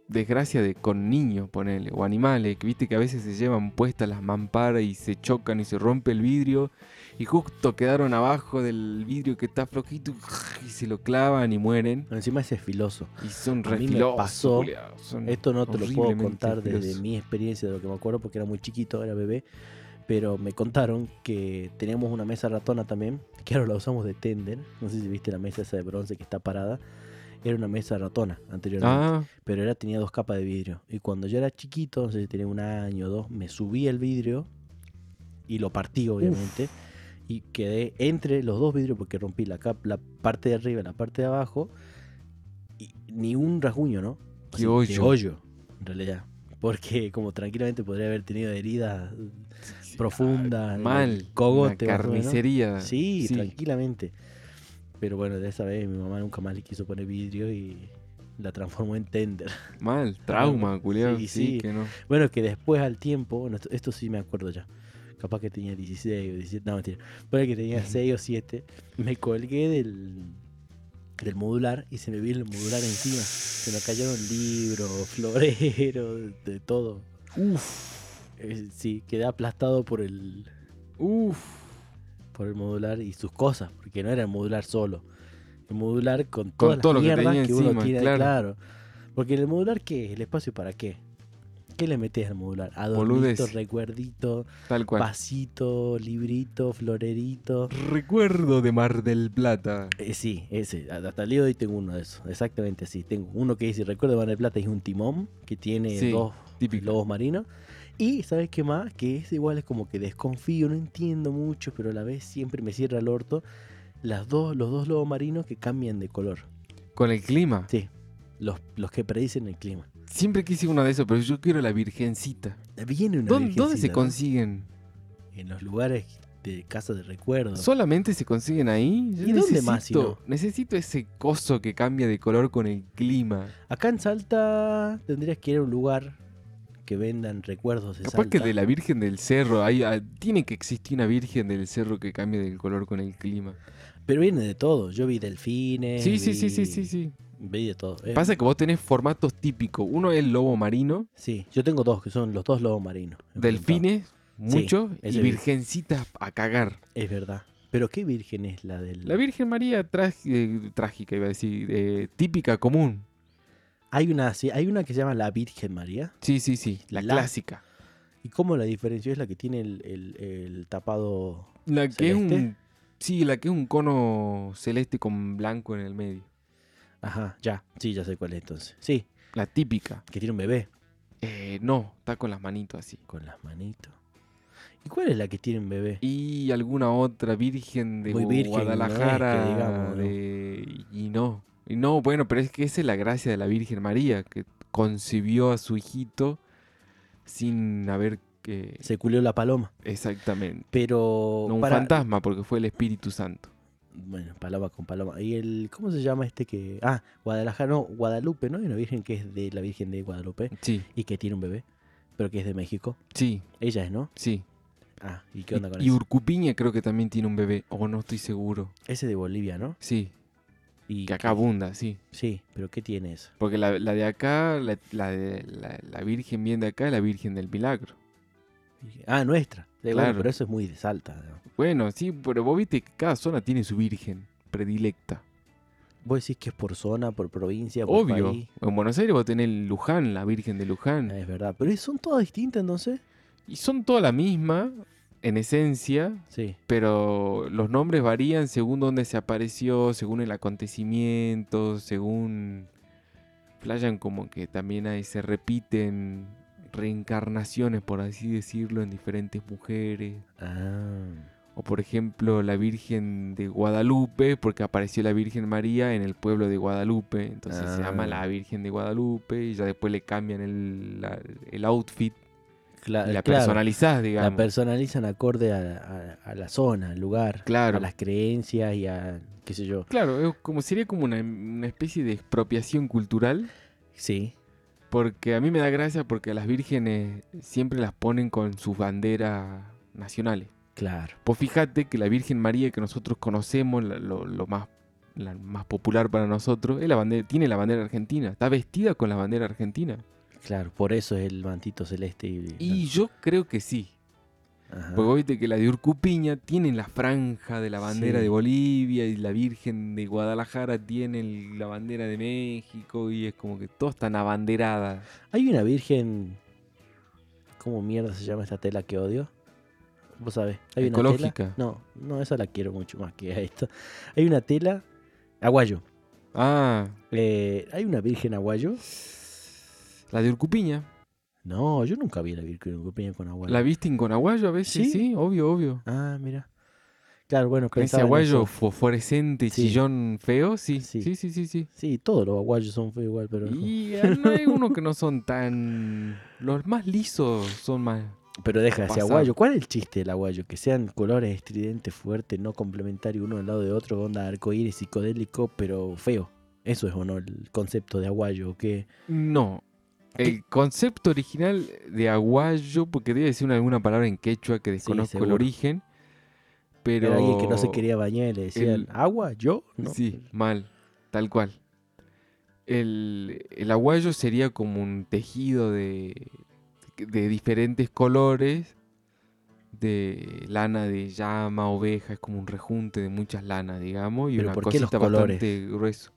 S1: desgracia de con niños, ponerle, o animales, que viste que a veces se llevan puestas las mamparas y se chocan y se rompe el vidrio, y justo quedaron abajo del vidrio que está flojito y se lo clavan y mueren,
S2: Encima ese es filoso.
S1: y son
S2: A mí me
S1: refilosos.
S2: pasó- este
S1: culiao, son-
S2: Esto no te lo puedo
S1: horriblemente
S2: contar desde
S1: filoso.
S2: mi experiencia, de lo que me acuerdo, porque era muy chiquito, era bebé. Pero me contaron que teníamos una mesa ratona también, que ahora la usamos de tender. No sé si viste la mesa esa de bronce que está parada. Era una mesa ratona anteriormente.
S1: Ah,
S2: pero era, tenía dos capas de vidrio. Y cuando yo era chiquito, no sé si tenía un año o dos, me subí el vidrio y lo partí, obviamente. Y quedé entre los dos vidrios porque rompí la, cap- la parte de arriba y la parte de abajo. Y ni un rasguño, ¿no?
S1: Qué
S2: de
S1: hoyo.
S2: hoyo, en realidad. Porque como tranquilamente podría haber tenido heridas profundas, en
S1: ah, mal,
S2: el cogote.
S1: una
S2: más o menos.
S1: carnicería.
S2: Sí, tranquilamente. Pero bueno, de esa vez mi mamá nunca más le quiso poner vidrio y la transformó en tender.
S1: mal, trauma, culiao,
S2: Sí,
S1: sí,
S2: sí.
S1: que no.
S2: Bueno, que después al tiempo, bueno, esto, esto sí me acuerdo ya. Capaz que tenía 16 o 17, no mentira. Pero que tenía 6 o 7, me colgué del, del modular y se me vino el modular encima. Se me cayeron libros, [LAUGHS] floreros, de todo. Eh, Sí, quedé aplastado por el,
S1: Uf.
S2: por el modular y sus cosas, porque no era el modular solo. El modular con
S1: Con
S2: todas
S1: todo lo
S2: las
S1: que
S2: mierdas
S1: tenía
S2: que, uno
S1: encima,
S2: tiene,
S1: claro.
S2: claro. Porque el modular, ¿qué es? ¿El espacio para qué? ¿Qué le metes al modular? Adornitos,
S1: Boludeces.
S2: recuerditos,
S1: Tal cual.
S2: pasito, librito, florerito.
S1: Recuerdo de Mar del Plata.
S2: Eh, sí, ese. Hasta el día de hoy tengo uno de esos. Exactamente así. Tengo uno que dice, recuerdo Van der Plata, es un timón que tiene
S1: Sí.
S2: dos
S1: Típico.
S2: lobos marinos. Y, ¿sabes qué más? Que es igual, es como que desconfío, no entiendo mucho, pero a la vez siempre me cierra el orto. Las dos, los dos lobos marinos que cambian de color.
S1: Con el clima.
S2: Sí, los, los que predicen el clima.
S1: Siempre quise uno de esos, pero yo quiero la Virgencita.
S2: Viene una
S1: ¿Dónde, dónde
S2: virgencita,
S1: se
S2: ¿no?
S1: consiguen?
S2: En los lugares de casa de recuerdo.
S1: ¿Solamente se consiguen ahí? Yo
S2: ¿Y dónde más, si
S1: necesito- Necesito ese coso que cambia de color con el clima.
S2: Acá en Salta tendrías que ir a un lugar que vendan recuerdos de
S1: Capaz que
S2: Salta.
S1: de la Virgen del Cerro. hay- ah, tiene que existir una Virgen del Cerro que cambie de color con el clima.
S2: Pero viene de todo. Yo vi delfines.
S1: Sí, sí, sí, sí,
S2: vi-
S1: sí, sí.
S2: Vi de todo. Eh,
S1: Pasa que vos tenés formatos típicos. Uno es el lobo marino,
S2: Sí, yo tengo dos, que son los dos lobos marinos. enfrentados.
S1: delfines, muchos, y
S2: ese vi.
S1: virgencitas a cagar.
S2: Es verdad. Pero qué virgen es la del...
S1: La Virgen María traj- eh, trágica, iba a decir, eh, típica, común.
S2: Hay una, sí, hay una que se llama la Virgen María.
S1: Sí, sí, sí, la,
S2: La-
S1: clásica.
S2: ¿Y cómo la diferenció? Es la que tiene el, el- el tapado...
S1: La que
S2: ¿Celeste?
S1: es un... Sí, la que es un cono celeste con blanco en el medio.
S2: Ajá, ya. Sí, ya sé cuál es entonces. Sí,
S1: La típica.
S2: que tiene un bebé
S1: Eh, no, está con las manitos así.
S2: con las manitos. ¿Y cuál es la que tiene un bebé?
S1: Y alguna otra virgen de
S2: Muy virgen,
S1: Guadalajara.
S2: no es que digamos, ¿no?
S1: de- Y no. Y no, bueno, pero es que esa es la gracia de la Virgen María, que concibió a su hijito sin haber que...
S2: Se culió la paloma.
S1: Exactamente.
S2: Pero.
S1: No, un
S2: para-
S1: fantasma, porque fue el Espíritu Santo.
S2: Bueno, paloma con paloma. ¿Y el. ¿Cómo se llama este que.? Ah, Guadalajara, no, Guadalupe, ¿no? Hay una virgen que es de la Virgen de Guadalupe
S1: Sí,
S2: y que tiene un bebé, pero que es de México.
S1: sí,
S2: Ella es, ¿no?
S1: sí.
S2: Ah, ¿y qué onda
S1: Y-
S2: con
S1: y,
S2: eso?
S1: Urcupiña creo que también tiene un bebé, o no estoy seguro.
S2: Ese de Bolivia, ¿no?
S1: Sí,
S2: Y
S1: que acá abunda, sí.
S2: Sí, pero ¿qué tiene eso?
S1: Porque la, la de acá, la, la de- la- la Virgen bien de acá es la Virgen del Milagro.
S2: Ah, nuestra. Eh, bueno,
S1: Claro.
S2: pero eso es muy de Salta. ¿no?
S1: Bueno, sí, pero vos viste que cada zona tiene su virgen predilecta.
S2: Vos decís que es por zona, por provincia, por
S1: Obvio.
S2: país.
S1: En Buenos Aires vos tenés Luján, la virgen de Luján.
S2: Ah, Es verdad. Pero son todas distintas entonces.
S1: Y son todas la misma, en esencia,
S2: Sí.
S1: pero los nombres varían según dónde se apareció, según el acontecimiento, según... Playan como que también ahí se repiten reencarnaciones, por así decirlo, en diferentes mujeres.
S2: Ah.
S1: O por ejemplo la Virgen de Guadalupe, porque apareció la Virgen María en el pueblo de Guadalupe. Entonces se llama
S2: Ah.
S1: la Virgen de Guadalupe y ya después le cambian el, la- el outfit
S2: Cla-
S1: y la
S2: Ah, claro,
S1: personalizás, digamos.
S2: La personalizan acorde a, a- a la zona, al lugar,
S1: Claro.
S2: a las creencias y a qué sé yo.
S1: Claro, es como, sería como una, una especie de expropiación cultural.
S2: Sí.
S1: Porque a mí me da gracia porque a las vírgenes siempre las ponen con sus banderas nacionales.
S2: Claro.
S1: Pues fíjate que la Virgen María que nosotros conocemos, la- lo, lo más, la más popular para nosotros, es la bandera, tiene la bandera argentina, está vestida con la bandera argentina.
S2: Claro. Por eso es el mantito celeste y.
S1: Y yo creo que sí.
S2: Ajá.
S1: Porque vos viste que la de Urcupiña tiene la franja de la bandera
S2: Sí.
S1: de Bolivia y la Virgen de Guadalajara tiene el- la bandera de México y es como que todas están abanderadas.
S2: Hay una virgen. ¿Cómo mierda se llama esta tela que odio? Vos sabés. Hay una
S1: Ecológica.
S2: Tela, no, no, esa la quiero mucho más que a esta. Hay una tela. Aguayo.
S1: Ah,
S2: Eh, ¿Hay una virgen aguayo?
S1: la de Urcupiña.
S2: No, yo nunca vi la virgen Urcupiña con aguayo.
S1: ¿La viste en Conaguayo a veces?
S2: Sí.
S1: Sí, obvio, obvio.
S2: Ah, mira. Claro, bueno,
S1: Con ese
S2: pensaba en
S1: aguayo
S2: eso.
S1: fosforescente,
S2: Sí.
S1: chillón feo, sí.
S2: Sí.
S1: Sí, sí, sí, sí.
S2: Sí, todos los aguayos son feos igual, pero. [LAUGHS]
S1: Y eh, no hay uno que no son tan. Los más lisos son más.
S2: Pero deja ese
S1: pasado.
S2: aguayo. ¿Cuál es el chiste del aguayo? Que sean colores estridentes, fuertes, no complementarios uno al lado de otro, onda arcoíris, psicodélico, pero feo. Eso es o no el concepto de aguayo, que
S1: No. El concepto original de aguayo, porque debe ser alguna palabra en quechua que desconozco el
S2: seguro.
S1: origen. Pero.
S2: era alguien que no se quería bañar y le decían,
S1: el-
S2: ¿agua? ¿Yo? No.
S1: Sí, mal. Tal cual. El, el aguayo sería como un tejido de, de diferentes colores, de lana de llama, oveja, es como un rejunte de muchas lanas, digamos, y
S2: Pero
S1: una
S2: ¿por qué los
S1: cosita
S2: colores?
S1: bastante grueso.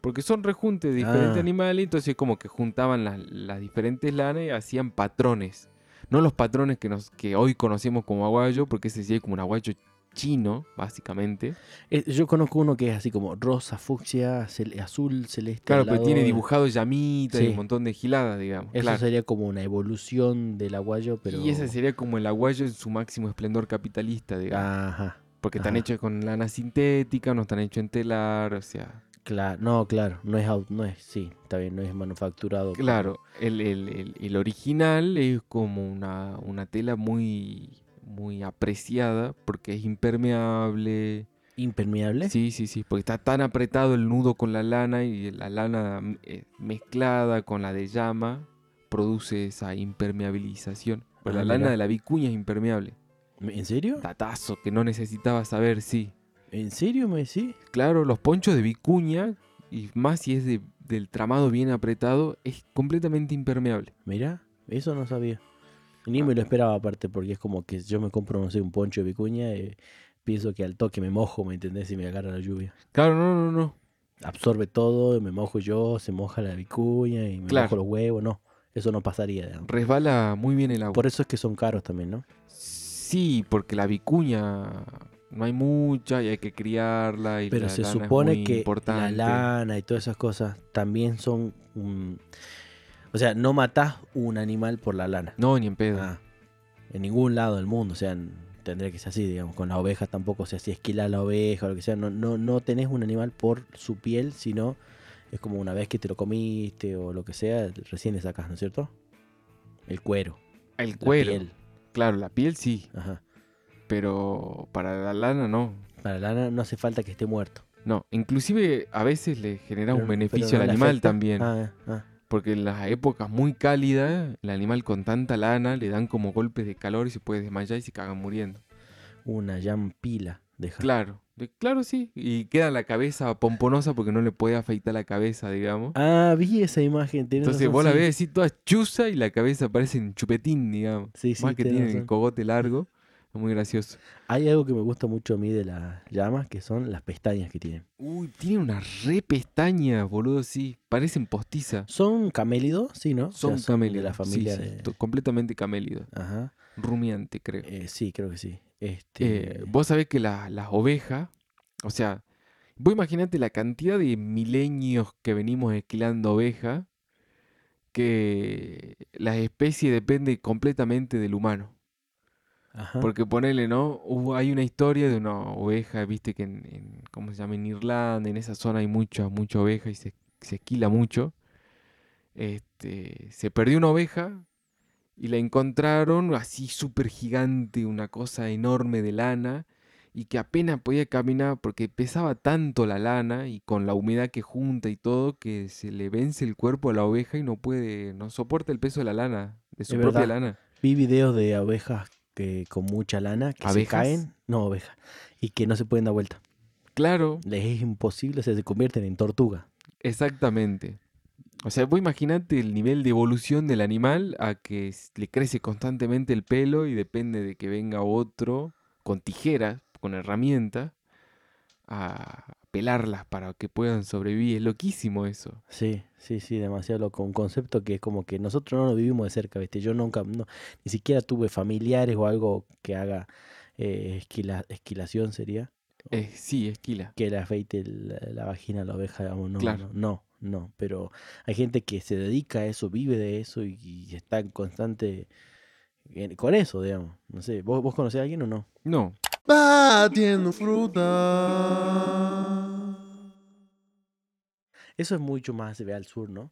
S1: Porque son rejuntes de diferentes
S2: Ah.
S1: animales, entonces como que juntaban las, las diferentes lanas y hacían patrones. No los patrones que, nos, que hoy conocemos como aguayo, porque ese sí es como un aguayo chino, básicamente.
S2: Eh, Yo conozco uno que es así como rosa, fucsia, cel- azul, celeste.
S1: Claro,
S2: al
S1: pero
S2: lado
S1: tiene
S2: de-
S1: dibujado llamitas y
S2: Sí.
S1: un montón de giladas, digamos.
S2: Eso
S1: claro.
S2: sería como una evolución del aguayo, pero.
S1: Y ese sería como el aguayo en su máximo esplendor capitalista, digamos.
S2: Ajá.
S1: porque están
S2: Ah, ajá.
S1: hechos con lana sintética, no están hechos en telar, o sea.
S2: Claro, no, claro, no es au- no es, sí, está bien, no es manufacturado. pero-
S1: Claro, el, el- el- el original es como una, una tela muy, muy apreciada porque es impermeable.
S2: Impermeable.
S1: Sí, sí, sí, porque está tan apretado el nudo con la lana y la lana eh, mezclada con la de llama produce esa impermeabilización. Pues
S2: Ah,
S1: la lana
S2: mirá.
S1: de la vicuña es impermeable.
S2: ¿En serio?
S1: Tatazo, que no necesitaba saber, sí.
S2: ¿En serio me decís?
S1: Claro, los ponchos de vicuña, y más si es de- del tramado bien apretado, es completamente impermeable.
S2: Mirá, eso no sabía. Ni
S1: Ah.
S2: me lo esperaba aparte, porque es como que yo me compro, no sé, un poncho de vicuña, eh, pienso que al toque me mojo, ¿me entendés? Y me agarra la lluvia.
S1: Claro, no, no, no.
S2: Absorbe todo, me mojo yo, se moja la vicuña y me
S1: Claro.
S2: mojo los huevos, no. Eso no pasaría. digamos.
S1: Resbala muy bien el agua.
S2: Por eso es que son caros también, ¿no?
S1: Sí, porque la vicuña no hay mucha y hay que criarla. Y
S2: Pero
S1: la
S2: se
S1: lana es
S2: supone
S1: muy
S2: que
S1: importante.
S2: la lana y todas esas cosas también son... un- O sea, no matás un animal por la lana.
S1: No, ni en pedo.
S2: Ah, en ningún lado del mundo, o sea, n- tendría que ser así, digamos, con las ovejas tampoco, o sea, si esquilas la oveja o lo que sea, no, no, no tenés un animal por su piel, sino es como una vez que te lo comiste o lo que sea, recién le sacás, ¿no es cierto? El cuero,
S1: El
S2: la
S1: cuero.
S2: piel,
S1: Claro, la piel sí,
S2: ajá.
S1: pero para la lana no.
S2: Para la lana no hace falta que esté muerto.
S1: No, inclusive a veces le genera
S2: Pero-
S1: un
S2: pero
S1: beneficio
S2: no
S1: al
S2: le
S1: animal
S2: afecta.
S1: también.
S2: Ah, ah,
S1: Porque en las épocas muy cálidas, el animal con tanta lana le dan como golpes de calor y se puede desmayar y se cagan muriendo.
S2: Ah. una llampila deja.
S1: Claro, de- claro sí. Y queda la cabeza pomponosa porque no le puede afeitar la cabeza, digamos.
S2: Ah, vi esa imagen. tenés
S1: Entonces
S2: razón,
S1: vos la
S2: sí.
S1: ves así toda chusa y la cabeza parece en chupetín, digamos.
S2: Sí, sí,
S1: Más que
S2: tenés
S1: tiene el
S2: razón.
S1: cogote largo. Es muy gracioso.
S2: Hay algo que me gusta mucho a mí de las llamas, que son las pestañas que tienen.
S1: Uy, tiene unas re pestañas, boludo, sí. Parecen postizas.
S2: Son camélidos, sí, ¿no? O sea,
S1: Son camélidos.
S2: De la
S1: sí,
S2: familia
S1: sí,
S2: de-
S1: to- Completamente camélidos.
S2: Ajá.
S1: Rumiante, creo.
S2: Eh, sí, creo que sí. Este...
S1: Eh, vos sabés que la- las ovejas, o sea, vos imaginate la cantidad de milenios que venimos esquilando ovejas, que las especies depende completamente del humano.
S2: Ajá.
S1: Porque ponele, ¿no? Hubo- hay una historia de una oveja, viste que en, en- ¿cómo se llama? En Irlanda, en esa zona hay mucha, mucha oveja y se, se esquila mucho. Este, se perdió una oveja y la encontraron así súper gigante, una cosa enorme de lana y que apenas podía caminar porque pesaba tanto la lana y con la humedad que junta y todo que se le vence el cuerpo a la oveja y no puede, no soporta el peso de la lana, de su propia
S2: verdad.
S1: lana.
S2: Vi videos de ovejas que, con mucha lana que se
S1: ¿Abejas?
S2: caen. No, ovejas. Y que no se pueden dar vuelta.
S1: Claro,
S2: Les es imposible, o sea, se convierten en tortuga.
S1: Exactamente. O sea, vos imaginate el nivel de evolución del animal a que s- le crece constantemente el pelo y depende de que venga otro con tijeras, con herramientas, a pelarlas para que puedan sobrevivir. Es loquísimo eso.
S2: Sí, sí, sí, demasiado loco. Un concepto que es como que nosotros no lo vivimos de cerca, ¿viste? Yo nunca, no, ni siquiera tuve familiares o algo que haga eh, esquila- esquilación, sería.
S1: Eh, sí, esquila.
S2: Que le afeite la, la vagina a la oveja, digamos, no,
S1: Claro.
S2: no, no, no. Pero hay gente que se dedica a eso, vive de eso y, y está en constante. en- con eso, digamos. No sé, ¿vos, vos conocés a alguien o no?
S1: No.
S3: Batiendo fruta.
S2: Eso es mucho más, se ve al sur, ¿no?